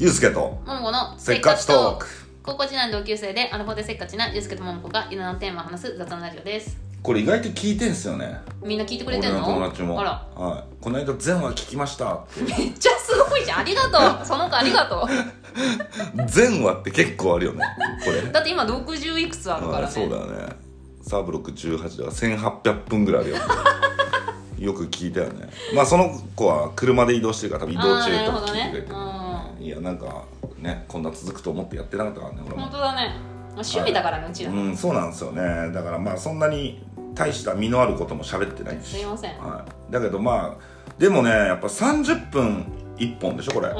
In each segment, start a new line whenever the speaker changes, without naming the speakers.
ゆうすけと
ももこの
せっかちトーク
高校時代の同級生でアルフォーでせっかちなゆうすけとももこがいろんなテーマを話す雑談ラジオです
これ意外と聞いてんすよね
みんな聞いてくれ
俺
てる
の
の
友達も
あら
はい、この間全話聞きましたって
めっちゃすごいじゃんありがとうその子ありがと う
全話って結構あるよねこれ
だって今60いくつあるからね
あそうだよねサーブロック18では1800分ぐらいあ るよよく聞いたよねまあその子は車で移動してるから多分移動
あ
中
ーなる
とか
ほど
聞い
ね
てくれてる
う
いやなんかねこんな続くと思ってやってなかったからね俺も
本当だねまあ趣味だからねうちら
うんそうなんですよねだからまあそんなに大した身のあることも喋ってないし
すいません
はい、だけどまあでもねやっぱ30分1本でしょこれ、
う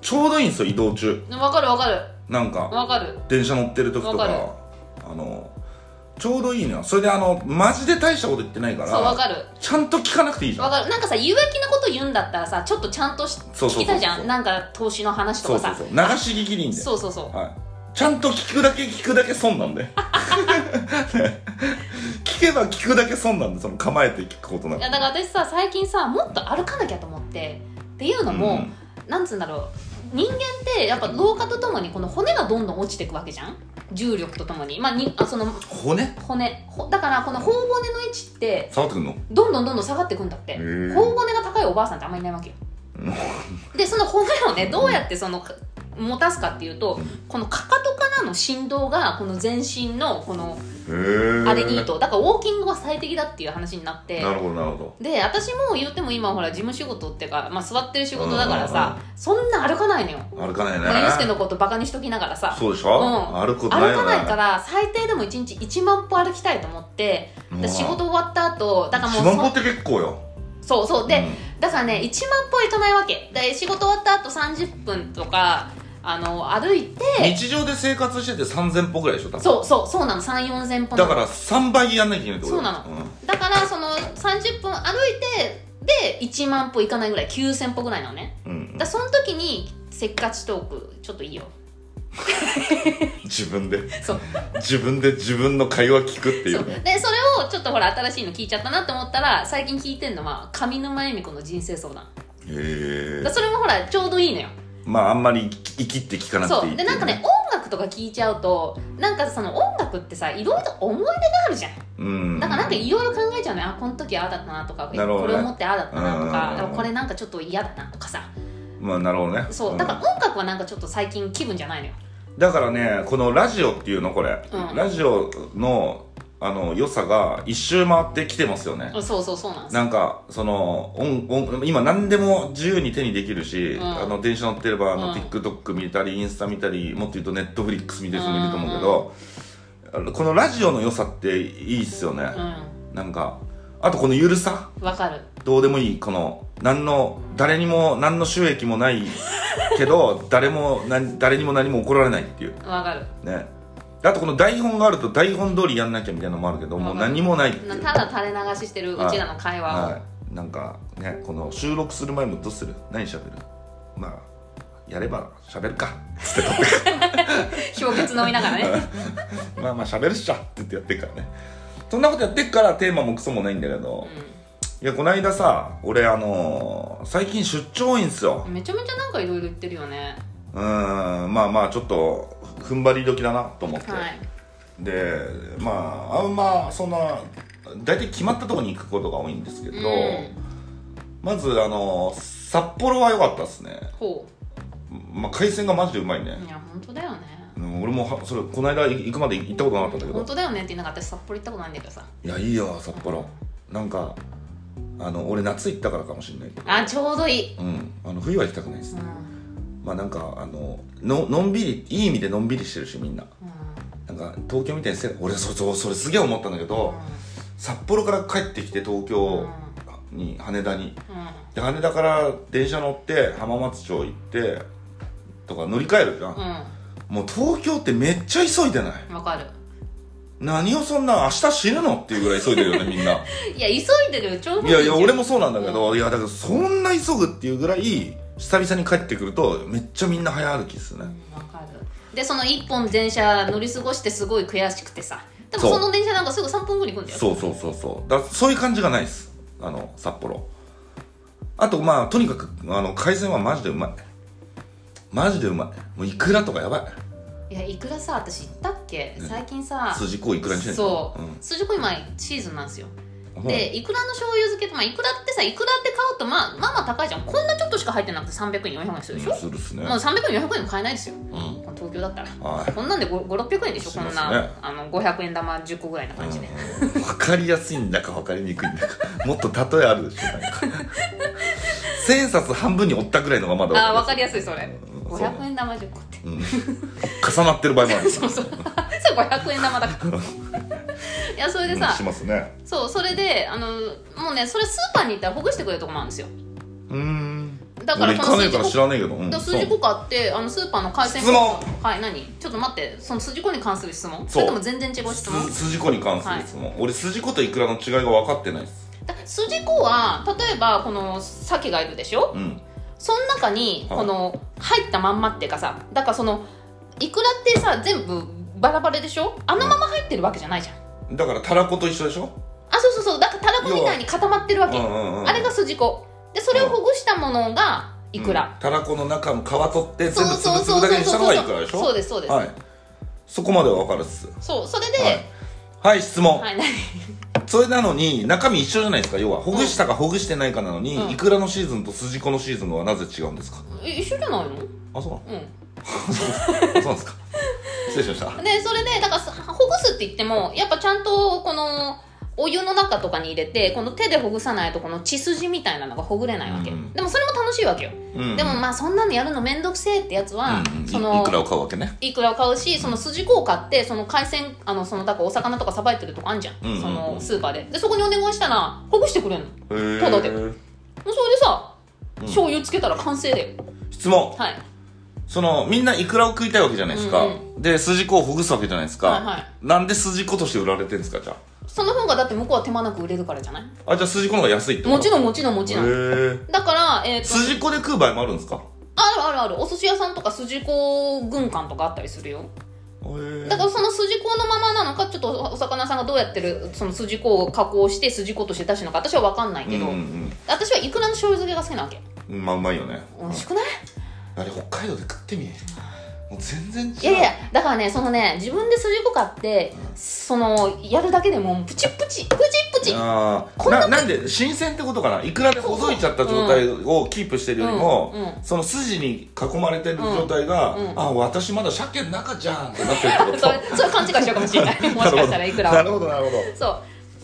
ちょうどいいんですよ移動中
んわかるわかる
なんか
わかる
電車乗ってる時とか
わかる
あのちょうどいいのよそれであのマジで大したこと言ってないから
そうわかる
ちゃんと聞かなくていいじゃ
わ
ん
かるなんかさ有益なこと言うんだったらさちょっとちゃんとし
そうそうそうそう
聞きたいじゃんなんか投資の話と
そ
か
うそ
さ
うそう流し聞きでいいんで
そうそうそう
はい、ちゃんと聞くだけ聞くだけ損なんで 聞けば聞くだけ損なんでその構えて聞くことないく
やだから私さ最近さもっと歩かなきゃと思ってっていうの
う
も、
ん
なんつうんだろう人間ってやっぱ老化とともにこの骨がどんどん落ちていくわけじゃん重力とともに,、まあ、にあその
骨
骨ほだからこの頬骨の位置って
触ってくんの
どんどんどんどん下がっていくんだって
へー
頬骨が高いおばあさんってあんまりいない わけよでその骨をねどうやってその持たすかっていうとこのかかとからの振動がこの全身のこのあ
あ
れにいいとだからウォーキングは最適だっていう話になって
なるほどなるほど
で私も言っても今ほら事務仕事ってか、まあ、座ってる仕事だからさ、そんな歩かないのよ
歩かないね
まあユースケのことバカにしときながらさ
そうでし
う
ょ、
ん
歩くこ
歩
とないよ
か
ね
ないから最低でも1日1万歩歩きたいと思って
うん
で仕事終わった後だからも
一万歩
う
って結構よ
そそうそう
う
で、
ん
だからね1万歩行かないわけで仕事終わった後30分とかあの歩いて
日常で生活してて3000歩ぐらいでしょ多分
そうそうそうなの3 4千歩な
だ
の
から3倍やんなきゃいけないってこと
そうなのだからその30分歩いてで1万歩行かないぐらい9000歩ぐらいなのね
うんうんうん
だからその時にせっかちトークちょっといいよ
自分で
そう
自分で自分の会話聞くってい
そう
う
で
ね
それをちょっとほら新しいの聞いちゃったなと思ったら最近聞いてるのは上沼恵美子の人生相談だか
へ
ら
え
それもほらちょうどいいのよ
まああんまり生きって聞かなく
そ
ていいうって
で
い
なんかね音楽とか聞いちゃうとなんかその音楽ってさいろいろ思い出があるじゃん
うん
だからなんかいろいろ考えちゃうのよあこの時ああだったなとか
なるほどね
これ思ってああだったなと
うん
かこれなんかちょっと嫌だなとかさ
まあなるほどね
そうだから音楽はなんかちょっと最近気分じゃないのよ
うんだからねこのラジオっていうのこれ、
うん
ラジオのあの良さが一周回ってきてますよね
そうそうそうなんです
なんかその音音今何でも自由に手にできるし、
うん
あの電車乗ってればあの、
うん
TikTok 見たりインスタ見たりもっと言うとネットフリックス見てる人もいると思うけど、あのこのラジオの良さっていいっすよね、
う
なんかあとこのゆるさ
んわかる
どうでもいいこの何の誰にも何の収益もないけど 誰も何誰にも何も怒られないっていう
わかる
ねあとこの台本があると台本通りやんなきゃみたいなのもあるけどもう何もないってい
な
う
ただ垂れ流ししてるうちらの会話を、
はい、なんかねこの収録する前もどうする何しゃべるまあやればしゃべるかつって撮って
氷結飲みながらね
まあまあしゃべるっしょって言ってやってるからねそんなことやってっからテーマもクソもないんだけど、いやこないださ俺あのー最近出張多いんすよ
うんめちゃめちゃなんかいろいろ言ってるよね
うーんまあまあちょっと踏ん張り時だなと思って、
はい
でまああんまそんな大体決まったとこに行くことが多いんですけど、
うん
まずあのー札幌は良かったっすね
ほ
まあ、海鮮がマジでうまいうね、
いや本当だよね
うん俺もはそれこの間い行くまで行ったことなかったんだけ
本
ど
当だよねって言いながら私札幌行ったことないんだけどさ
いやいいよ札幌なんかあの俺夏行ったからかもしれないけど
あちょうどいい、
うんあの冬は行きたくないです
うん
まあなんかあのののんびりいい意味でのんびりしてるしみんな
うん
なんか東京みたいにせ俺そそそれすげえ思ったんだけど札幌から帰ってきて東京に羽田に
うん
で羽田から電車乗って浜松町行ってとか乗り換えるじゃん、
う
もう東京ってめっちゃ急いでない
んわかる
何をそんな明日死ぬのっていうぐらい急いでるよねみん な
いや急いでるよちょうど
いやいや俺
も
もそうなんだけど、いやだけどそんな急ぐっていうぐらい久々に帰ってくるとめっちゃみんな早歩きっすね、
わかるでその一本電車乗り過ごしてすごい悔しくてさでも
そう
その電車なんかすぐ3分後に行くんだよ
そうそうそうそうだそういう感じがないっすあの札幌あとまあとにかくあの海鮮はマジでうまいマジでうまいもうイクラとかやばい
いやいくらさ私言ったっけ最近さ
筋子イクラにしてん
そ
の
う筋子今シーズンなんですよ
うんあ
でいくらの醤油漬けって、まあ、いくらってさいくらって買うとまあまあまあ高いじゃんこんなちょっとしか入ってなくて300円400円するでし
そう
ょ
するっすね
まあ、300円400円も買えないですよ
うん
東京だったら
はい
こんなんで5600円でしょ
し
こん
ますね
な、あの500円玉10個ぐらいな感じで、
うんわかりやすいんだかわかりにくいんだかもっと例えあるでしょなん か千冊半分に折ったぐらいのがまだ
ああ
わ
分かりやすいそれ
うん
500円玉10個って
うん、重なってる場合もある
そう そうそれ500円玉だか らいやそれで
うん
さ
しますね
そうそれであのもうねそれスーパーに行ったらほぐしてくれるとこもあるんですよ
うーん
だから
俺
こ
行
の
かねえ
筋
から
子
知らねえけど、うん、
だから
そう
筋子買ってあのスーパーの海鮮
質問
はい何ちょっと待ってその筋子に関する質問
そう
それとも全然違う質問
す筋子に関する質問、俺筋子とイクラの違いが分かってないです
だ筋子は例えばこの鮭がいるでしょ
うん
その中に
はい
この入ったまんまっていうかさだからそのいくらってさ全部バラバラでしょあのまま入ってるわけじゃないじゃん
だからたらこと一緒でしょ
あそうそうそうだからたらこみたいに固まってるわけ
うんうんうん
あれが筋子でそれをほぐしたものがいくら、
うんたらこの中の皮取って
そ
全
う
部つ
そう
ぶつ
そ
ぶ
うそう
だけ
そう
にしたの
そ
が
う
いくらでしょ
そうですそうです、
はいそこまでは分かるっす
そうそれで、
はいはい質問、
はい、何
それなのに中身一緒じゃないですか要はほぐしたかほぐしてないかなのに、
うん
いくらのシーズンと筋子のシーズンはなぜ違うんですか
え 一緒じゃないのうん
あそうなのあそうなんです か失礼しました
でそれでだからさほぐすって言ってもやっぱちゃんとこのお湯の中とかに入れてこの手でほぐさないとこの血筋みたいなのがほぐれないわけ、
うん
でもそれも楽しいわけよ、
うん
でもまあそんなのやるの面倒くせえってやつは、
うんうんい
その
いくらを買うわけね
いくらを買うしその筋子を買ってその海鮮あのそのだからお魚とかさばいてるとこあんじゃん,、
うんうんうん
そのスーパーででそこにお願いしたらほぐしてくれるのもう
へー
そうだってそれでさ
ん
醤油つけたら完成だよ、
質問
はい
そのみんないくらを食いたいわけじゃないですか、
うん
で筋子をほぐすわけじゃないですか、
はいはい
なんで筋子として売られてるんですかじゃ
その方がだって向こうは手間なく売れるからじゃない
ああじゃあ筋子の方が安いってこと
もちろんもちろんもちろん、
へえ
だからえっ、と
筋子で食う場合もあるんですか
あるあるあるお寿司屋さんとか筋子軍艦とかあったりするよ
へ
だからその筋子のままなのかちょっとおお魚屋さんがどうやってるその筋子を加工して筋子として出してるのか私は分かんない
えう
け
ん
ど、
うん
私はいくらの醤油漬けが好きなわけ
うんまあうまいよね
美味しくない
あれ北海道で食ってみもう全然違う
いやいやだからねそのね自分で筋子買ってそのやるだけでもうプチプチプチプチ
あー
こんな
ななんで新鮮ってことかないくらでほどいちゃった状態をキープしてるよりも、
うんうん
その筋に囲まれてる状態が、
うんうん
あ私まだ鮭の中じゃんってなってるってこと
それそれ勘違いしちゃうかもしれないもしかしたらいくら
な
は
るほどなるほど
そう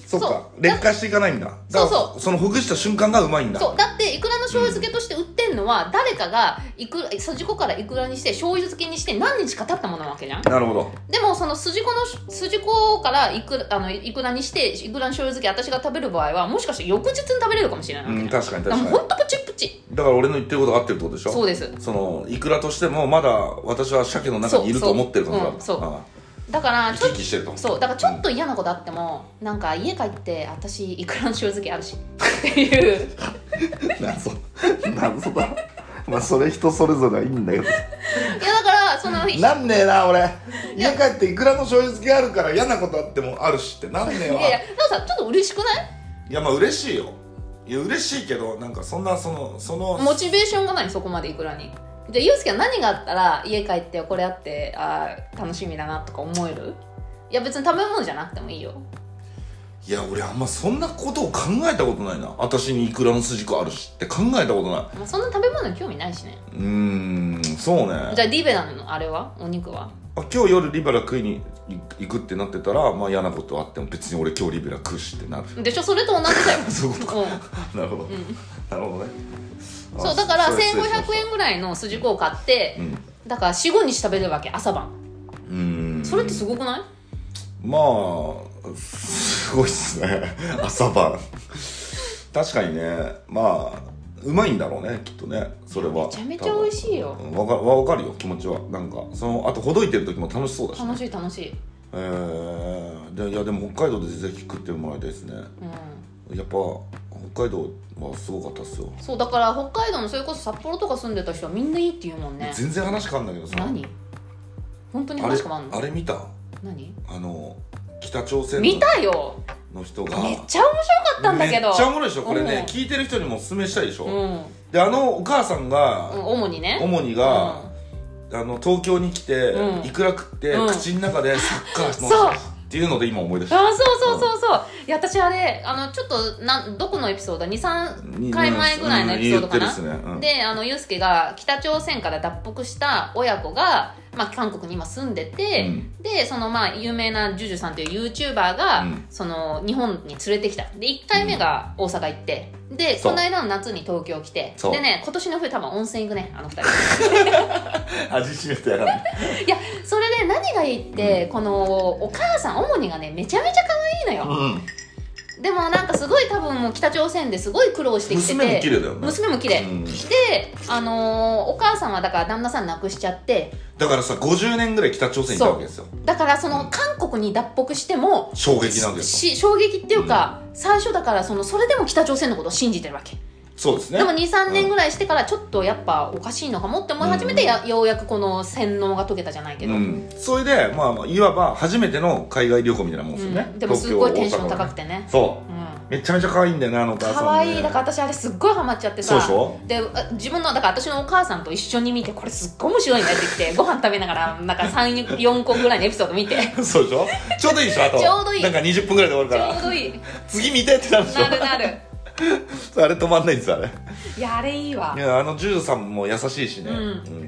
そっか
そう
劣化していかないんだだから
そう
そのほぐした瞬間がうまいんだ
そうだっていくらの醤油漬けとして売ってんのは、誰かがいくら筋子からいくらにして醤油漬けにして何日か経ったものなわけじゃん
なるほど
でもその筋子の筋子からいくらあのいくらにしていくらの醤油漬け私が食べる場合はもしかして翌日に食べれるかもしれないわけ
う
じゃ
ん
ん
確かに
だから
確か
もう
に
ほんとプチプチ
だから俺の言ってることが合ってるってことでしょ
そうです
そのいくらとしてもまだ私は鮭の中にいると思ってるから
そうそううんそう
あ
だから
あ
ち
生
ょっ
き生きしてると
とそうだからちょっと嫌なことあっても、なんか家帰って私いくらの塩漬けあるしっていう
謎 謎だまあそれ人それぞれはいいんだけど
いやだからそのい
な
や
んねえな俺家帰っていくらの醤油漬けあるから嫌なことあってもあるしってなんねえ
い
わ
やでもさちょっと嬉しくない
いやまあ嬉しいよいや嬉しいけどなんかそんなそのその
モチベーションがないそこまでいくらにじゃあユうスケは何があったら家帰ってこれあってあー楽しみだなとか思えるいや別に食べ物じゃなくてもいいよ
いや俺あんまそんなことを考えたことないな私にいくらの筋子あるしって考えたことない
まあ、そんな食べ物に興味ないしね
うーんそうね
じゃあリベラのあれはお肉は
あ今日夜リベラ食いに行くってなってたらまあ嫌なことあっても別に俺今日リベラ食うしってなる
でしょそれと同 じだよ
そういうことか
うん
なるほど、なるほどねあ
そうだから
れ失礼しまし
1500円ぐらいの筋子を買って、
ん
だから45日食べるわけ朝晩
たうーん
それってすごくない、
まあすごいっすね 朝晩確かにねまあうまいんだろうねきっとねそれは
めちゃめちゃ美味
し
しいよ
いわかわかるよ気持ちはなんかそのあとほどいてる時も楽しそうだし、
楽しい楽しい
えー、でいやでも北海道でぜひ食ってもらいたいですね
うん
やっぱ北海道はすごかったっすよ、
そうだから北海道のそれこそ札幌とか住んでた人はみんないいって言うもんね
全然話変わんだけどさ
何本当に
あれ
話変わん
あ
の
れ見た
何
あの北朝鮮の
見たよ
の人が
めっちゃ面白かったんだけど
めっちゃおもろいでしょこれ
う
ね
ん
聞いてる人にもおすすめしたいでしょ、
うん
であのお母さんが、
うん主にね
主にが、あの東京に来て、
うん
いくら食って、
うん
口の中でサッカーの
そう
っていうので今思い出し
あ
た
ーそうそうそうそういや私あれあのちょっとなんどこのエピソード23回前ぐらいのエピソードかな、
うん言ってるっすねうん
であのユースケが北朝鮮から脱北した親子が、まあ、韓国に今住んでて、
うん
でそのまあ有名なジュジュさんという YouTuber が、
うん
その日本に連れてきたで1回目が大阪行ってで
そう
この間の夏に東京来て
そう
でね今年の冬多分温泉行くねあの2人
味しめてやらない
いやそれで何がいいって、このお母さん主にがねめちゃめちゃ可愛いのよ、
うん
でもなんかすごい多分もう北朝鮮ですごい苦労してきてて
娘も綺麗だよね
娘も綺麗
うん
であのーお母さんはだから旦那さん亡くしちゃって
だからさ50年ぐらい北朝鮮にいたわけですよ
だからその韓国に脱北しても
衝撃なんですよ
し衝撃っていうか、最初だからそのそれでも北朝鮮のことを信じてるわけ
そうですね
でも23年ぐらいしてからちょっとやっぱおかしいのかもって思い始めてや、ようやくこの洗脳が解けたじゃないけど、
うん、それで、まあまあ、いわば初めての海外旅行みたいなもんですよね、
うんでもすっごいテン
東
シ
京
ョン高く
大阪
てね
ね、そう
うん
めちゃめちゃ可愛いんだよねあのお母さんね
可愛いだから私あれすっごいハマっちゃってさ
そう
であ自分のだから私のお母さんと一緒に見てこれすっごい面白いんだって言 ってご飯食べながらなんか34個ぐらいのエピソード見てち
そうでしょちょうどいいでしょあと
ちょうどいい
なんか20分ぐらいで終わるか
ょう
ら
どいい
次見てってなるでしょ
なるなる
あれ止まん ないんですよあれ
いやあれいいわ
いやあのジュジュさんも優しいしね、
うん
う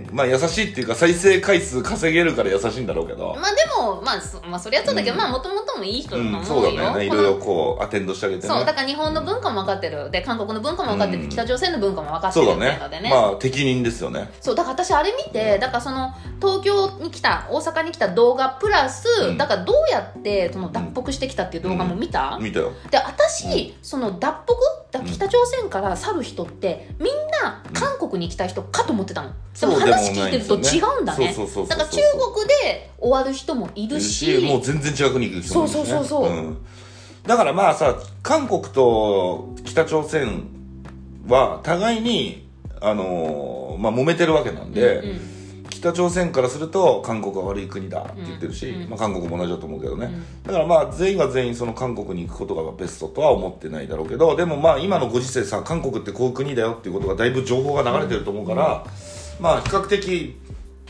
んまあ優しいっていうか再生回数稼げるから優しいんだろうけど、
まあでも、まあ、そまあそりゃそうだけど、
うん
まあもともともいい人だと
うん、
思
そうう
よ、
だねい
こ
ろいろ
の
こうアテンドしてあげてね
そうだから日本の文化も分かってるで韓国の文化も分かってて、
うん
北朝鮮の文化も分かって
そう
るってい
だ
う
ね
のでね
まあ適任ですよね
そうだから私あれ見てだからその東京に来た大阪に来た動画プラス、
うん
だからどうやってその脱北してきたっていう動画も見た、
見たよ
で私、その脱北だ
うん
北朝鮮から去る人ってみんな韓国に行きたい人かと思ってたのでも
そうでもない
話聞いてると違うんだね
そうそうそうそう
だから中国で終わる人もいるし
もう全然違くに行く人もいるしね
そうそうそうそうん
だからまあさ韓国と北朝鮮は互いにあのーまあ揉めてるわけなんで、
うん
北朝鮮からすると韓国は悪い国だって言ってるし、
うんうん
まあ、韓国も同じだと思うけどね、
うん
だからまあ全員が全員その韓国に行くことがベストとは思ってないだろうけどでもまあ今のご時世さ韓国ってこういう国だよっていうことがだいぶ情報が流れてると思うから、まあ比較的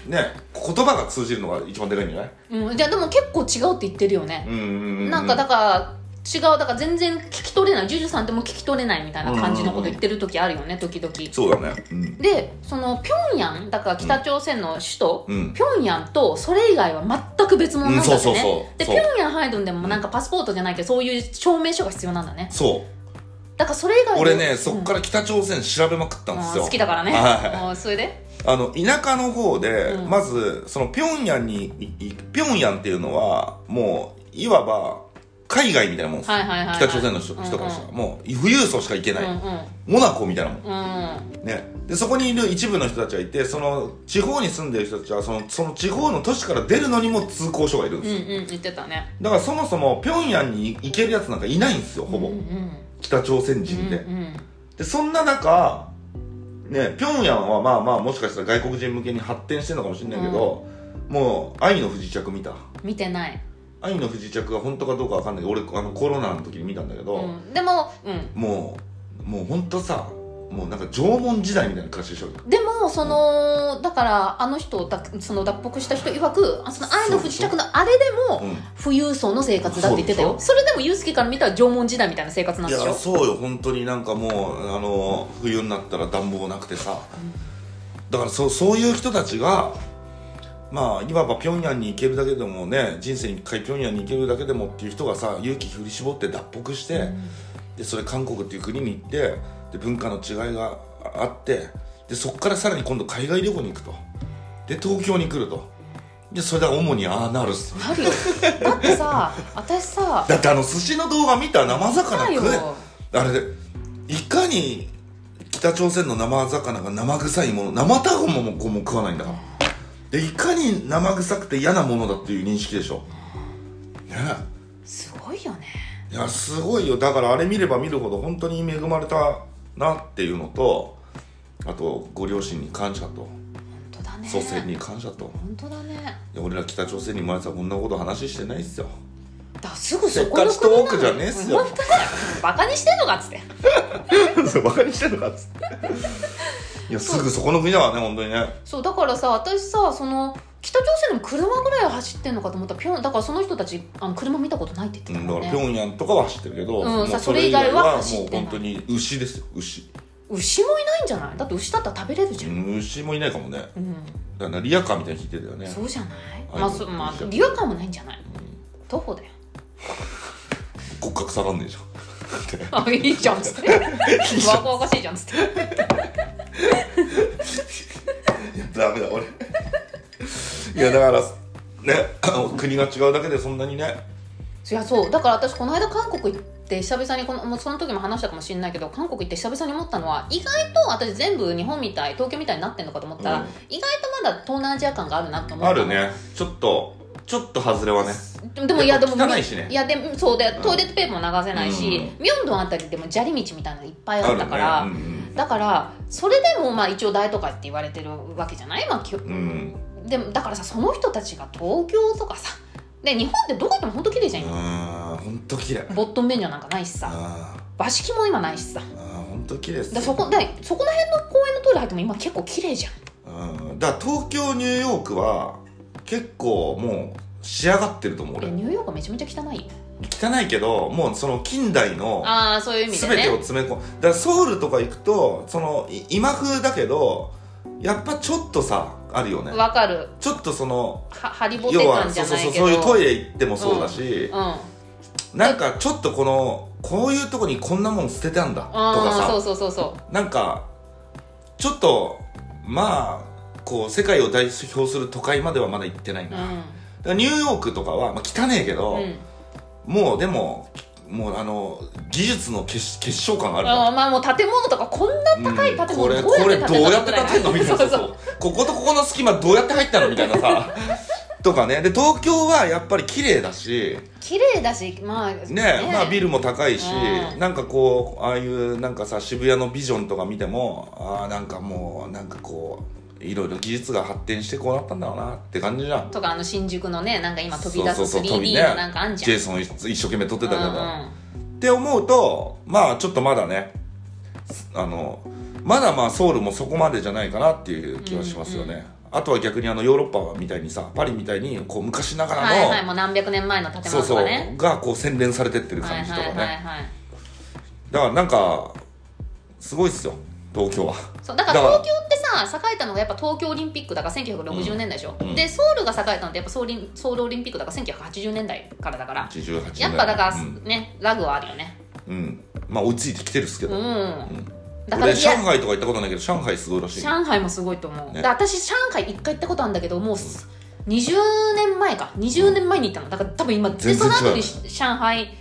ね言葉が通じるのが一番でかいんじゃない
うんうんじゃあでも結構違うって言ってるよね、
うんうんう
なんかだから違うだから全然聞き取れないジュジュさんでも聞き取れないみたいな感じのこと言ってる時あるよね時々
そうだねうん
でその平壌だから北朝鮮の首都、
うん
平壌とそれ以外は全く別物なんだ
うん
よ
そうそう
ね
そう
で
そう
平壌入るんでもなんかパスポートじゃないけどそういう証明書が必要なんだね
そう
だからそれ以外は
俺ねそっか
うん
ら北朝鮮調べまくったんで
あ
す
ー
よ
好きだからね、
はい
あーそれで
あの田舎の方で、
うん
まずその平壌にいい平壌っていうのはもういわば海外みたいなもんです、
はいはいはい、はい、
北朝鮮の人,、人からしたらもう富裕層しか行けない、
うんうん
モナコみたいなもん
うんうん
ねでそこにいる一部の人たちがいてその地方に住んでる人たちはそのその地方の都市から出るのにも通行証がいるんで
う
すよ、
んうん言ってたね
だからそもそも平壌に行けるやつなんかいないんですよほぼ、
うんうん
北朝鮮
う
人
ん
で、
うん
でそんな中ね平壌はまあまあもしかしたら外国人向けに発展してるのかもしれないけど、もう愛の不時着見た
見てない、
愛の不時着が本当かどうかわかんないけど俺あのコロナの時に見たんだけど、
うん、でも、うん、
もうもう本当さもうなんか縄文時代みたいな暮らしでしょ
でもそのだからあの人だその脱北した人曰くあその愛の不時着のあれでも
うん
富裕層の生活だって言ってたよそれでもユースケから見たら縄文時代みたいな生活なん
い
でし
や
ょ
そうよ本当になんかもうあの冬になったら暖房なくてさ、だからそうそういう人たちがまあいわば平壌に行けるだけでもね人生に一回平壌に行けるだけでもっていう人がさ勇気振り絞って脱北して、でそれ韓国っていう国に行ってで文化の違いがああってでそこからさらに今度海外旅行に行くとで東京に来るとでそれで主にああなるっす
なるよだってさ私さ
だってあの寿司の動画見た生魚
ないよ
食えあれでいかに北朝鮮の生魚が生臭いもの生卵ももも食わないんだからでいかに生臭くて嫌なものだっていう認識でしょね
すごいよね
いやすごいよだからあれ見れば見るほど本当に恵まれたなっていうのとあとご両親に感謝と
本当だね
祖先に感謝と
本当だね
いや俺ら北朝鮮に生まれてたらこんなこと話してないっすよ
だだからすぐそ
せっ
こ
か
の
ちト
国
ー
な
ク
の
じゃねえっすよ
本当だよバカにしてんのかっつっ て
そうバカにしてんのかっつっていやすぐそこの国だからね本当にね
そうだからさ私さその北朝鮮でも車ぐらいは走ってんのかと思ったらピョンだからその人たちあの車見たことないって
う
言って
ん
た
だ
も
か
ん
ら
ね、
平壌とかは走ってるけど、
うん
も
さそれ以外は走
も
っ
う
てない
本当に牛ですよ牛
牛もいないんじゃないだって牛だったら食べれるじ
う
ゃん、
ん牛もいないかもねだか
うん
らなリアカーみたいに引いてたよね
そうじゃない
あ
まあ
いい
そ
よ
ま
いい
あ
じゃん
理由感もないんじゃない徒歩だよ
骨格下がんねえじゃん
あいいじゃんっ つってわこわかしいじゃんっつって
いやダメだ俺いやだからね 国が違うだけでそんなにね
いやそうだから私この間韓国行って久々にこのもうその時も話したかもしれないけど韓国行って久々に思ったのは意外と私全部日本みたい東京みたいになってんのかと思ったら、
うん
意外とまだ東南アジア感があるなって思った
あ
の
るねちょっとちょっと外れはね
でもでもい
や
や
っぱ
でも
汚いしね
やでそうでトイレットペーパーも流せないし、
う
ミョンドンあたりでも砂利道みたいなのいっぱいあ
ある
っ
ね
たから、
うんうん
だからそれでもまあ一応大都会って言われてるわけじゃない、まあきょ
うん
でもだからさその人たちが東京とかさで日本ってどこ行っても本当綺麗じゃん
う
今、
んほんと綺麗
ボットン便所なんかないしさ
あ
和式も今ないしさ
ーあーほんと綺麗っす
だ
よ
そこだそこら辺の公園のトイレ入っても今結構綺麗じゃん
うんだから東京ニューヨークは結構もう仕上がってると思う俺
えニューヨークめちゃめちゃ汚い
汚いけどもうその近代の
ああそういう意味で
全てを
ね
詰め込むだからソウルとか行くとそのい今風だけどやっぱちょっとさあるよね
わかる
ちょっとその
はハリボテ
要は
感じ
そう
ゃ
そう
な
そ
いうけ
そ
ど
ういうトイレ行ってもそうだし、
うん
なんかちょっとこのこういうとこにこんなもん捨ててあんだとか
あ
さ
あそうそうそうそ
なんかちょっとまあこう世界を代表する都会まではまだ行ってないな、
うう
だか
ん
らニューヨークとかは、まあ、汚ねえけど、
うん、
もうでももうあの技術の結結晶感があるから
あーまあもう建物とかこんな高い建
こ
物
れこれどうやって建てんのみたいな
そ
そうう
そ
そううこことここの隙間どうやって入ったのみたいなさとかねで東京はやっぱり綺麗だし
綺麗だしまあね
ねまあビルも高いし、
うん
なんかこうああいうなんかさ渋谷のビジョンとか見てもああなんかもうなんかこういろいろ技術が発展してこうなったんだろうなって感じじゃん
とかあの新宿のねなんか今飛び出す
そうそうそう
3D のなんかあんじ
ジ
ゃ
ェ
ん
イソン一生懸命撮ってたけど、
うんうん
って思うとまあちょっとまだねあのまだまあソウルもそこまでじゃないかなっていう気はしますよね、
うん
あとは逆にあのヨーロッパみたいにさパリみたいにこう昔ながらの、
はいはいもう何百年前の建
そう
物と
そ
か
う
ね
がこう洗練されてってる
は
感
い
じと
は
かね、
いはいはい
だからなんかすごいっすよ東京は
そうだか
だ
ら
から
東京ってさ栄えたのがやっぱ東京オリンピックだから1960年代でしょ、
うんうん
でソウルが栄えたのってやっぱソウリンソウルオリンピックだから1980年代からだから
88年
やっぱだから、
うん、
ねラグはあるよね
うんまあ追いついてきてるっすけ
う
ど、
ん、だから
俺
いや
上海とか行ったことないけど上海すごいらしい
上海もすごいと思う、
ね
だから私上海一回行ったことあるんだけどもうす20年前か20年前に行ったのだから多分今で
全然
そ
違う
の後に上海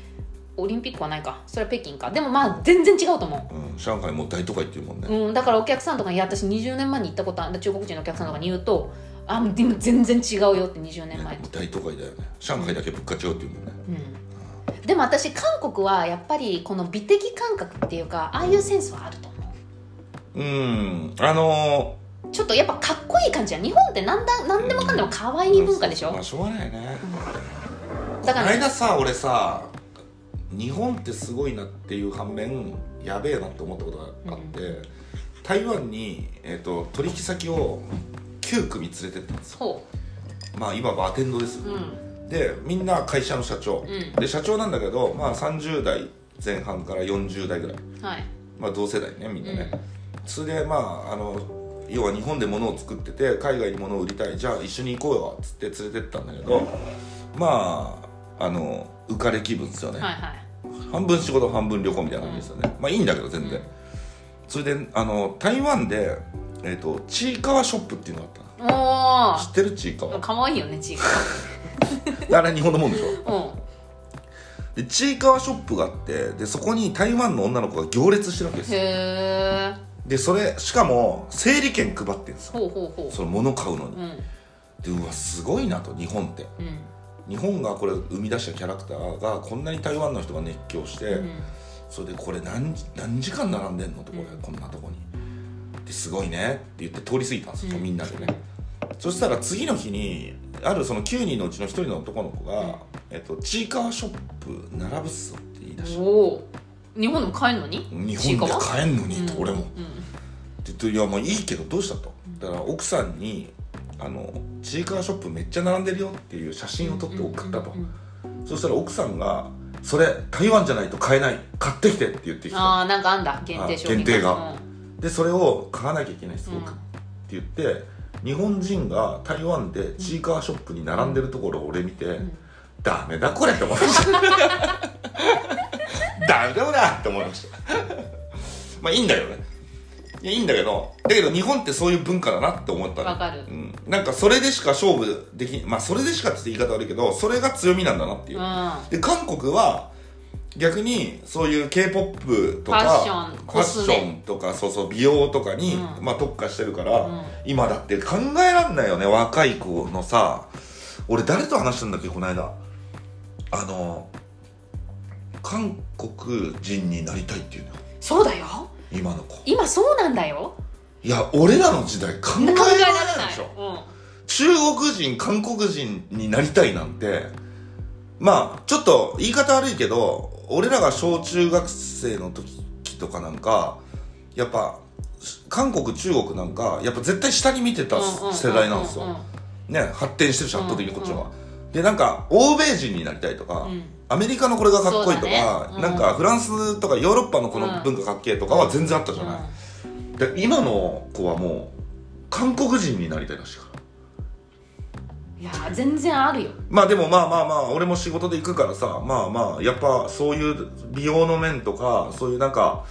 オリンピックはないかそれは北京かでもまあ全然違うと思う
うん、上海もう大都会っていうもんね、
うん、だからお客さんとかにいや私20年前に行ったことある中国人のお客さんとかに言うと「あもうでも全然違うよ」って20年前
ねもう大都会だよね上海だけ物価違うっていうもんね
うん、でも私韓国はやっぱりこの美的感覚っていうかああいうセンスはあると思
うんあの
うちょっとやっぱかっこいい感じや日本ってなんだなんでもかんでも可愛い文化でし
ま
ょ
あしょうがないね、
だ
こ
か
の
ら
間さ俺さ日本ってすごいなっていう反面やべえなって思ったことがあって、台湾に、えー、と取引先を9組連れてったんですよ
そ
まあいわばアテンドですよ
ううん
でみんな会社の社長、
ん
で社長なんだけど、まあ、30代前半から40代ぐらい、
はい
まあ、同世代ねみんなね、それでまああの要は日本で物を作ってて海外に物を売りたいじゃあ一緒に行こうよっつって連れてったんだけど、まああの浮かれ気分ですよね、
はいはい
半分仕事半分旅行みたいな感じですよね、まあいいんだけど全然、
うん
それであの台湾で、えー、とちいかわショップっていうのがあったの
お
知ってるちいか
お
わ
可愛いよねチー
あれ日本のもんでしょ
クう
で
ん
ちいかわショップがあってでそこに台湾の女の子が行列してるわけですよ
へえ
でそれしかも整理券配ってるんですよ
ほうほうほ
その物買うの
う
に
うん
でうわすごいなと日本って
うん
日本がこれ生み出したキャラクターがこんなに台湾の人が熱狂して、
うん
それでこれ何何時間並んでんのとこれ、
う
こんなとこにですごいねって言って通り過ぎたんですよ、
うん
みんなでねそしたら次の日にあるその9人のうちの1人の男の子が「えっと、ちいかわショップ並ぶっす」って言い出し
お
て
お日本でも買えるのに
日本で買えんのにって俺も、
うんうん
って言って「いやまあいいけどどうした?」とだから奥さんに「あのちいかわショップめっちゃ並んでるよ」っていう写真を撮って送ったと、
うんうんうん
そしたら奥さんが「それ台湾じゃないと買えない買ってきて」って言ってきた
ああなんかあんだ限定商品
あ限定がでそれを買わなきゃいけないす
うん
ごく、って言って日本人が台湾でちいかわショップに並んでるところを俺見て、
ん
ダメだこれって思いましたダメだこれって思いましたまあいいんだけどねいやいいんだけどだけど日本ってそういう文化だなって思ったね
わかる
うん、なんかそれでしか勝負できまあそれでしかって言い方悪いけどそれが強みなんだなっていう、
う
で韓国は逆にそういう k p o p とか
ファッションコスメ
ファッションとかそうそう美容とかに、
うん
まあ、特化してるから、
うん
今だって考えらんないよね若い子のさ俺誰と話したんだっけこの間あの韓国人になりたいっていうのよ
んそうだよ
今の子
今そうなんだよ
いや俺らの時代考えられ
考えられ
ない
な
で
い
しょ
うん
中国人韓国人になりたいなんてまあちょっと言い方悪いけど俺らが小中学生の時とかなんかやっぱ韓国中国なんかやっぱ絶対下に見てた世代なんです
う
よ
う
ね発展してるし圧倒的にこっちの方
う
がでなんか欧米人になりたいとか、
うんうん
アメリカのこれがかっこいいと
そうだ
か、
ねうん
なんかフランスとかヨーロッパのこの文化かっけえとかは全然あったじゃない、で今の子はもう韓国人になりたいらしいから
うんいやー全然あるよ
まあでもまあまあまあ俺も仕事で行くからさまあまあやっぱそういう美容の面とかそういうなんか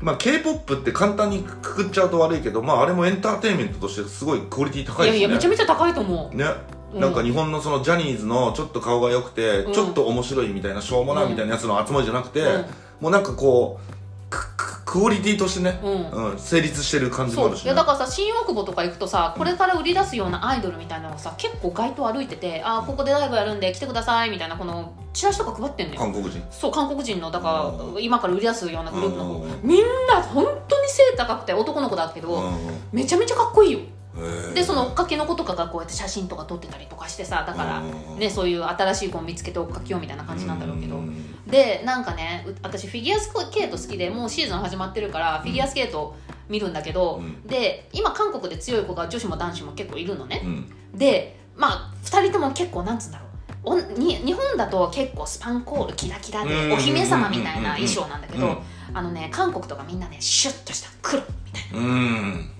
まあ k p o p って簡単にくくっちゃうと悪いけどまああれもエンターテインメントとしてすごいクオリティ高い
いや
しね
いやめちゃめちゃ高いと思う
ね
うん
なんか日本のそのジャニーズのちょっと顔が良くて、
うん
ちょっと面白いみたいなしょうもなみたいなやつの集まりじゃなくて、
うん
もうなんかこうくくクオリティとしてね、
うん
うん成立してる感じも
そ
あ
う
る
い
し、ね、
やだからさ新大久保とか行くとさこれから売り出すようなアイドルみたいなのがさ結構街頭歩いてて「あーここでライブやるんで来てください」みたいなこのチラシとか配ってんのよ
韓国人
そう韓国人のだから、
う
今から売り出すようなグループの子、
うん
みんな本当に背高くて男の子だけど、
う
めちゃめちゃかっこいいよ
ん
でその追っかけの子とかがこうやって写真とか撮ってたりとかしてさだから、
うん
ねそういう新しい子を見つけて追っかけようみたいな感じなんだろうけど、
ん
でなんかねう私フィギュアスケート好きでもうシーズン始まってるからフィギュアスケート見るんだけど、
うん
で今韓国で強い子が女子も男子も結構いるのね
う、ん
でまあ2人とも結構なんつうんだろうおんに日本だと結構スパンコールキラキラ
うん
でお姫様みたいな衣装なんだけ
うん
どあのね韓国とかみんなねシュッとした黒みたい
うん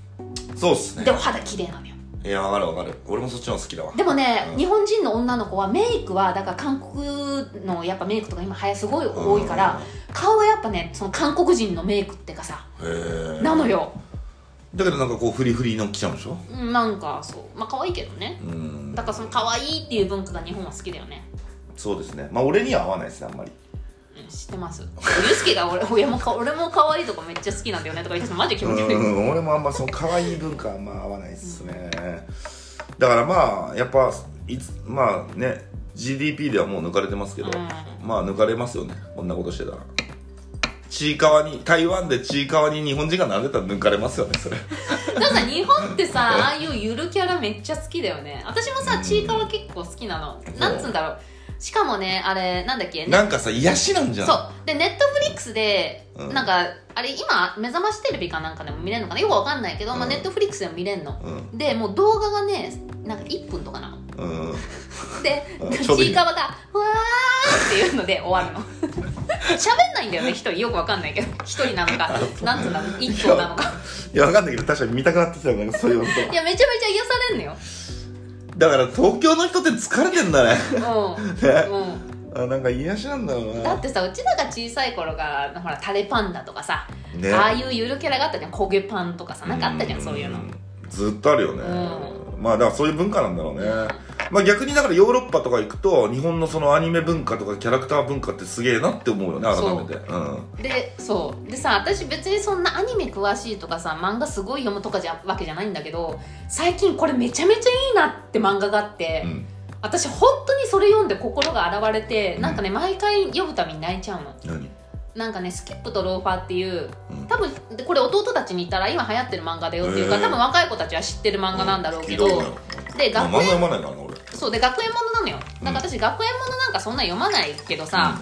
そうっす
な
ね
でお肌綺麗なのよ
いやわかるわかる俺もそっちの方が好きだわ
でもね、
うん
日本人の女の子はメイクはだから韓国のやっぱメイクとか今はやすごい多いから顔はやっぱねその韓国人のメイクってかさ
へえ
なのよ
だけどなんかこうフリフリの来ちゃうんでしょ
うんなんかそうまあ可愛いけどね
うん
だからその可愛いっていう文化が日本は好きだよね、
そうですねまあ俺には合わないですねあんまり
うん、知ってますユースケが俺俺もか俺も可愛いとこめっちゃ好きなんだよねとか言ってマジ気
う
持ち悪い、
ん俺もあんまその可愛い文化はあんま合わないですねだからまあやっぱいつまあね GDP ではもう抜かれてますけど
う
まあ抜かれますよねこんなことしてたらちいかわに台湾でちいかわに日本人がなれたら抜かれますよねそれ
なんか日本ってさああいうゆるキャラめっちゃ好きだよね私もさちいかわ結構好きなの
う
なんつうんだろうしかもねあれなんだっけ
なんかさ癒しなんじゃん
そうでネットフリックスで、
うん
なんかあれ今目覚ましテレビかなんかでも見れるのかなよくわかんないけど、ま
う
あ、
ん
ネットフリックスでも見れるの、
う
でもう動画がねなんか1分とかなの
んうん
で
うんちょうどいい
ちいかわが「うわー」っていうので終 わるの喋んないんだよね一人よくわかんないけど一人なのかなんつうんだろう一頭なのか
いや、わかんないけど、確かに見たくなってきたよね、そういうこ
いやめちゃめちゃ癒されんのよ
と。だから、東京の人って疲れてんだね。
う
ね
ん、うん
あ、なんか癒しなんだろう
だ
な
っ。てさうちらが小さい頃がほらタレパンダとかさ、
ね
ああいうゆるキャラがあったじゃん焦げパンとかさなんかあったじゃんそういうの
ん。ずっとあるよね。
う
まあ、だからそういう文化なんだろうね。まあ逆にだからヨーロッパとか行くと日本のそのアニメ文化とかキャラクター文化ってすげえなって思うよね改めてうん
でそうでさ私別にそんなアニメ詳しいとかさ漫画すごい読むとかじゃわけじゃないんだけど最近これめちゃめちゃいいなって漫画があって、
うん
私本当にそれ読んで心が洗われてなんかね毎回読むたびに泣いちゃうの
何
なんかね「スキップとローファー」っていう
うん
多分でこれ弟たちに言ったら今流行ってる漫画だよっていうか
へー
多分若い子たちは知ってる漫画なんだろうけど、
聞いたことない
で
あ漫
学
画
園
読まないからな俺
そうで学園ものなのよなんか私、学園ものなんかそんな読まないけどさ、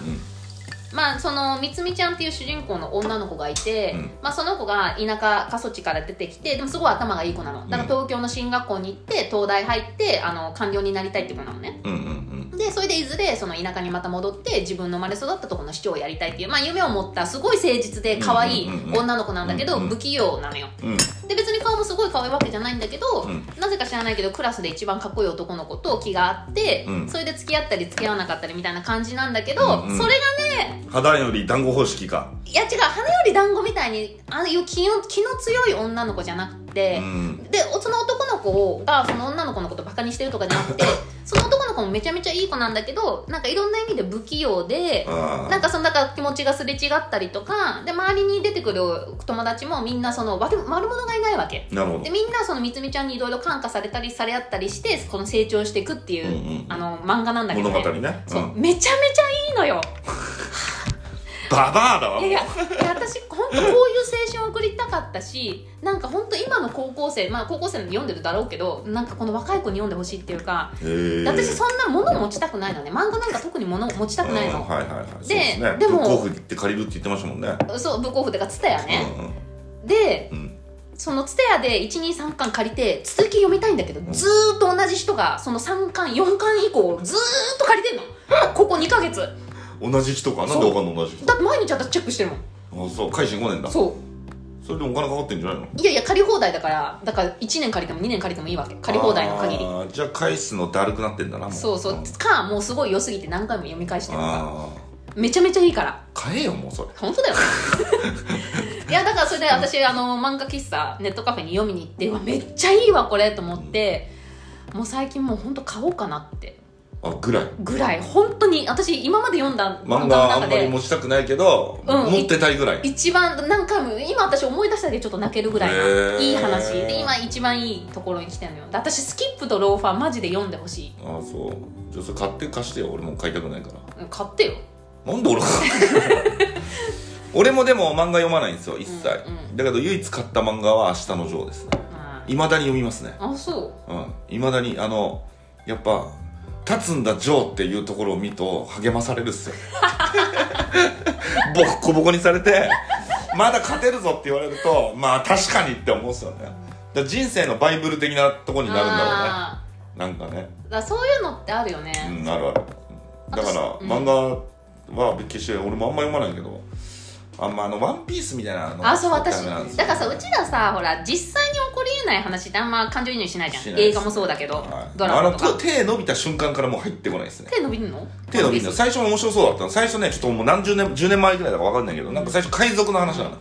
まあそのみつみちゃんっていう主人公の女の子がいて、
うん
まあ、その子が田舎過疎地から出てきてでもすごい頭がいい子なのだから東京の進学校に行って東大入ってあの官僚になりたいって子なのね
うんうんうん
でそれでいずれその田舎にまた戻って自分の生まれ育ったところの市長をやりたいっていう、まあ、夢を持ったすごい誠実で可愛い
うんうんうんうん
女の子なんだけど
うんうん
不器用なのよ
うん
で別に顔もすごい可愛いわけじゃないんだけど、
うん
なぜか知らないけどクラスで一番かっこいい男の子と気があって、
うん
それで付き合ったり付き合わなかったりみたいな感じなんだけど、
うんうん
それが
肌より団子方式か
いや違う花より団子みたいにああいう気の気の強い女の子じゃなく
う
て、
ん
でその男の子がその女の子のことバカにしてるとかじゃ なくてその男の子もめちゃめちゃいい子なんだけどなんかいろんな意味で不器用で。
あ
なんかそのだから気持ちがすれ違ったりとかで周りに出てくる友達もみんなその悪悪者がいないわけ
ーなるほど
でみんなそのみつみちゃんにいろいろ感化されたりされ合ったりしてこの成長していくっていう、
うんうん
あの漫画なんだけど、
物
ね、
語ねう
そうんめちゃめちゃいいのよ
ババアだわ
いやいやいや私本当こういう青春を送りたかったしなんか本当今の高校生まあ高校生も読んでるだろうけどなんかこの若い子に読んでほしいっていうか
へー
私そんな物持ちたくないのね漫画なんか特に物持ちたくない
うん
の、
はいはいはい
で
そうね
でも
ブックオフ行って借りるって言ってましたもんね
そうブックオフとかツタヤね、
うんうん
で
うん
そのツタヤで123巻借りて続き読みたいんだけど、
ん
ずーっと同じ人がその3巻4巻以降ずーっと借りてんのここ2ヶ月だ
同じ人かなんで
そう
他の同じ人
って毎日私チェックしてるもん
あそう返しに来ねえんだそ
そ
れでもお金かかってんじゃないの
ういやいや借り放題だからだから1年借りても2年借りてもいいわけ借り放題の限り
あーじゃあ返すのだるくなってんだなも
そうそうかもうすごい良すぎて何回も読み返してるか
あ
らめちゃめちゃいいから
あ買えよもうそれ
本当だよねいやだからそれで私あの漫画喫茶ネットカフェに読みに行ってうわめっちゃいいわこれと思ってもう最近もう本当買おうかなって
あぐらい
ぐらい本当に私今まで読んだ
漫
漫画
画あ
の中
んまり
で
持ちたくないけど、
うん
持ってたいぐらい
一番何回も今私思い出しただけでちょっと泣けるぐらい
へ
な
ー
いい話で今一番いいところに来てるのよで私スキップとローファーマジで読んでほしい
ああそうじゃあそれ買って貸してよ俺も買いたくないから
うん買ってよ
なん で俺が俺もでも漫画読まないんですよ一切、
うんう
だけど唯一買った漫画は「明日のジョー」ですね
あ
いまだに読みますね
あそう
うんいまだにあのやっぱ「立つんだジョー」っていうところを見ると励まされるっすよボッコボコにされて「まだ勝てるぞ」って言われるとまあ確かにって思うんですよねだから人生のバイブル的なとこになるんだろうね
あ
なんかね
ーだからそういうのってあるよね、
うんあるあるうんだから、
私うん
漫画は決して俺もあんま読まないけどあんまあの「ワンピースみたいなの
あそう私
ダメなんですよ
だからさうちらさほら実際に起こりえない話ってあんま感情移入しないじゃ
し
ん
ないです
映画もそうだけど、
はい
ドラマと
あの
か
手手伸びた瞬間からもう入ってこないですね
手伸びるの
手伸びる
の
の最初も面白そうだったの最初ねちょっともう何十年10年前ぐらいだか分かんないけどなんか最初海賊の話なの、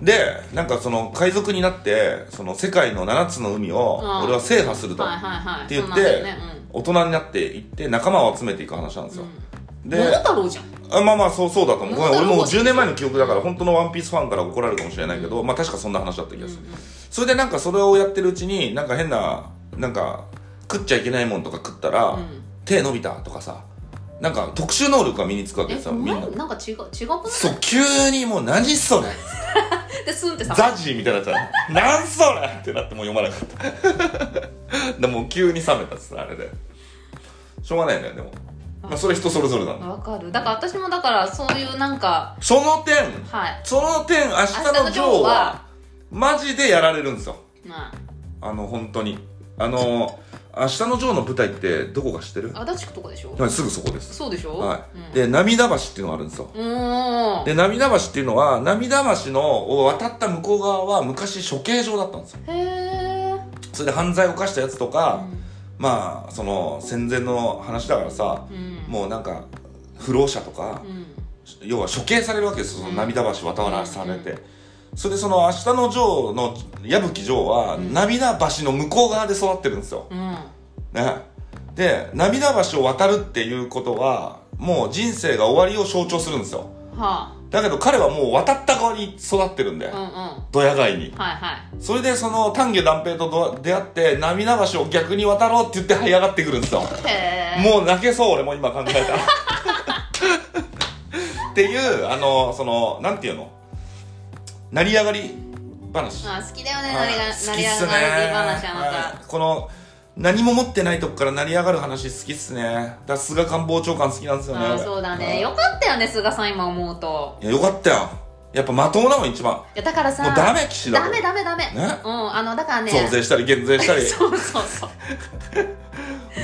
でなんかその海賊になってその世界の7つの海を
あー
俺は制覇すると、
はいはいはい
って言って
そうなんだよね
大人になっていって仲間を集めていく話なんです
うん
よ、
うん
で
桃太郎じゃん
あまあまあそうそうだと思うごめん
桃
俺
太郎
もう10年前の記憶だから本当の「ワンピースファンから怒られるかもしれないけど、まあ確かそんな話だった気がする、それでなんかそれをやってるうちになんか変ななんか食っちゃいけないもんとか食ったら、
うん
手伸びたとかさなんか特殊能力が身につくわけ
え
です
お
よみんな
前なんか違う違くない
そう急にもう何それ
でスンってさ
ザジーみたいになっちゃう何それってなってもう読まなかったでもう急に冷めたっすあれでしょうがないんだよでもまあそれ人それぞれなんだ
わかるだから私もだからそういうなんか
その点
はい
その点明
明
日
日
の
の
ジ
ジ
ョ
ョ
ー
ー
は
は
マジでやられるんですよ
ま
あの本当にあの明日のジョーの舞台ってどこか知ってる
あ足立区とかでしょ
はいすぐそこです
そうでしょ
はい、
うん
で涙橋っていうのがあるんですよ
うーん
で涙橋っていうのは涙橋のを渡った向こう側は昔処刑場だったんですよ
へえ
それで犯罪を犯したやつとか、まあその戦前の話だからさ、
うん
もうなんか不老者とか、
うん
要は処刑されるわけですよその涙橋渡らされて、
うん
それでその明日の城の矢吹城は涙橋の向こう側で育ってるんですよ、
うん
ねで涙橋を渡るっていうことはもう人生が終わりを象徴するんですよ
は
だけど彼はもう渡った側に育ってるんで、
あうんうんは
ドヤ街に
いはい
それでその丹下断平とど出会って涙橋を逆に渡ろうって言って這い上がってくるんですよ
へえ
もう泣けそう俺も今考えたらっていうあのそのなんていうの成り上がり話
あ好きだよね、
はい
なりが、
好
な
き
り
っ
が
すね
なり話あな
はいこの何も持ってないとこから成り上がる話好きっすねだから菅官房長官好きなんですよね
ああ
俺
そうだね
ん
よかったよね菅さん今思うと
いやよかったよやっぱまともなもん一番
いやだからさ
もうダメ岸田
ダメダメダメ、
ね
うんあのだからね
増税したり減税したり
そうそうそう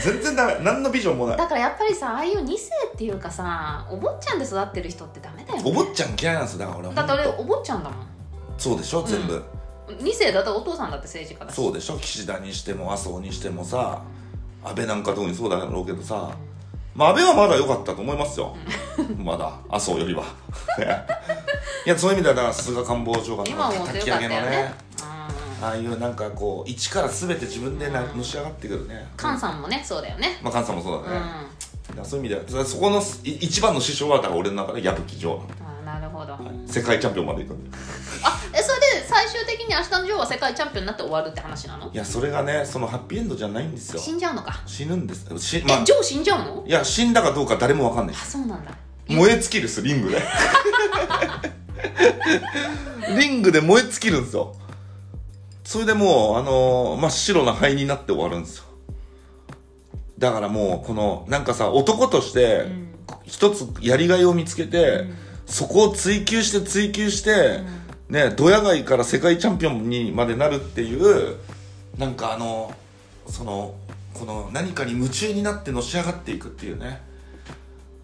全然ダメ何のビジョンもない
だからやっぱりさああいう2世っていうかさお坊ちゃんで育ってる人ってダメだよ
お
ね
坊ちゃん嫌いなんですよだから俺は
だってあれお坊ちゃんだもん
そうでしょ全部、
うん2世だったらお父さんだって政治家だし
そうでしょ岸田にしても麻生にしてもさ安倍なんか特にそうだろうけどさ、まあ、安倍はまだ良かったと思いますよまだ麻生よりはねいやそういう意味ではだから菅官房長官
今思うとよかったよねうん
ああいうなんかこう一から全て自分でなのし上がってくるね
菅さんもねそうだよね
まあ菅さんもそうだ
うん
ね、だからそういう意味ではそそこのい一番の師匠はだから俺の中で矢吹城
あーなるほど
世界チャンピオンまでいくんで
あえそれで最終的に明日のジョーは世界チャンピオンになって終わるって話なの
いやそれがねそのハッピーエンドじゃないんですよ
死んじゃうのか
死ぬんですし、まあ
え、ジョー死んじゃうの
いや死んだかどうか誰もわかんない
あそうなんだ
燃え尽きるっすリングでリングで燃え尽きるんですよそれでもうあのー真っ白な灰になって終わるんですよだからもうこのなんかさ男として
ん
一つやりがいを見つけて、そこを追求して追求して、ねドヤ街から世界チャンピオンにまでなるっていうなんかあのそのこの何かに夢中になってのし上がっていくっていうね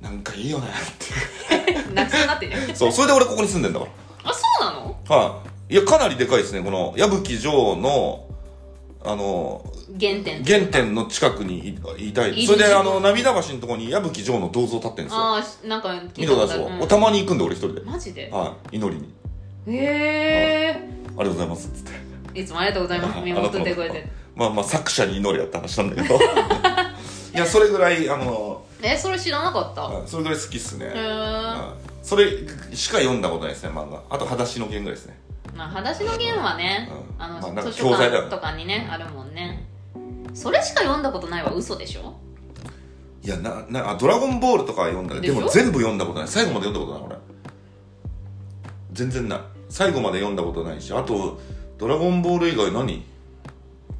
なんかいいよねって
泣きそうになってね
そう、それで俺ここに住んでんだか
あそうなの
ら。はい。いや、かなりでかいですね。この、矢吹城の、あの、
原点
原点の近くにいいた
い
い。
い
それで、
ですね
あの、涙橋のところに矢吹城の銅像立ってるんですよ。
ああなんか聞
見
い
たこ
たこ
な
ととあ
いです
るう
よ
ん
おたまに行くんで、俺一人で。
マジで
はい。祈りに。
へえ
ありがとうございます。つって。
いつもありがとうございます見守っててくれて
まあまあ、作者に祈れやった話なんだけ ど。いや、それぐらい、あの、
えそれ知らなかった
はいそれぐらい好きっすね。
へえ
はいそれしか読んだことないですね、漫画。あと、裸足の弦ぐらいですね。
まあ裸足の弦はね
うん
あ
まあなん
の
か
図書
教材だよ
館とかにねあるもんねそれしか読んだことないは嘘でしょ
いやななあドラゴンボールとかは読んだけど
でし
で
ょ
も全部読んだことない最後まで読んだことない俺全然ない最後まで読んだことないしあとドラゴンボール以外何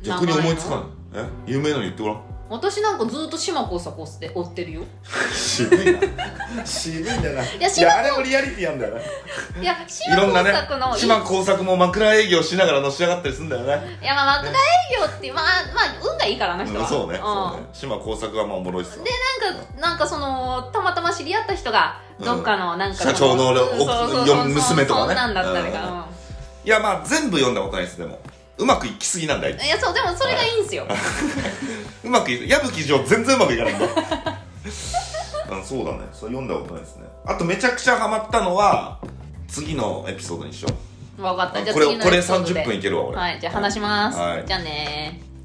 逆に思いつかないえ有名なの言ってごらん
私なんかずっと島耕作を追って追ってるよ
渋いな 渋いんだない
や
いやあれもリアリティなんだよね
いや
い
島
ろんな
耕
ね
作の
島工作も枕営業しながらのし上がったりするんだよね
いやまあ枕営業ってまあまあ運がいいからあの人
う
は
んそうねそうんね島工作はまあおもろいっすよ
なんか、なんかその、たまたま知り合った人が、どっかの、なんか、
社長の
そうそうそうそう
よ娘とかね
そんなんだったりか
うん
な。
いやまあ全部読んだことないですでもうまくいきすぎなんだよ
いや、そう、でもそれがいいんですよ。
うまくい矢吹城全然うまくいかない んだうんそうだねそれ読んだことないですねあとめちゃくちゃハマったのは次のエピソードにしよう
わかった。じゃあ
これ
次の
これ
エピソードで
30分いけるわ俺
はい、じゃあ話します。
はい
じゃあねー。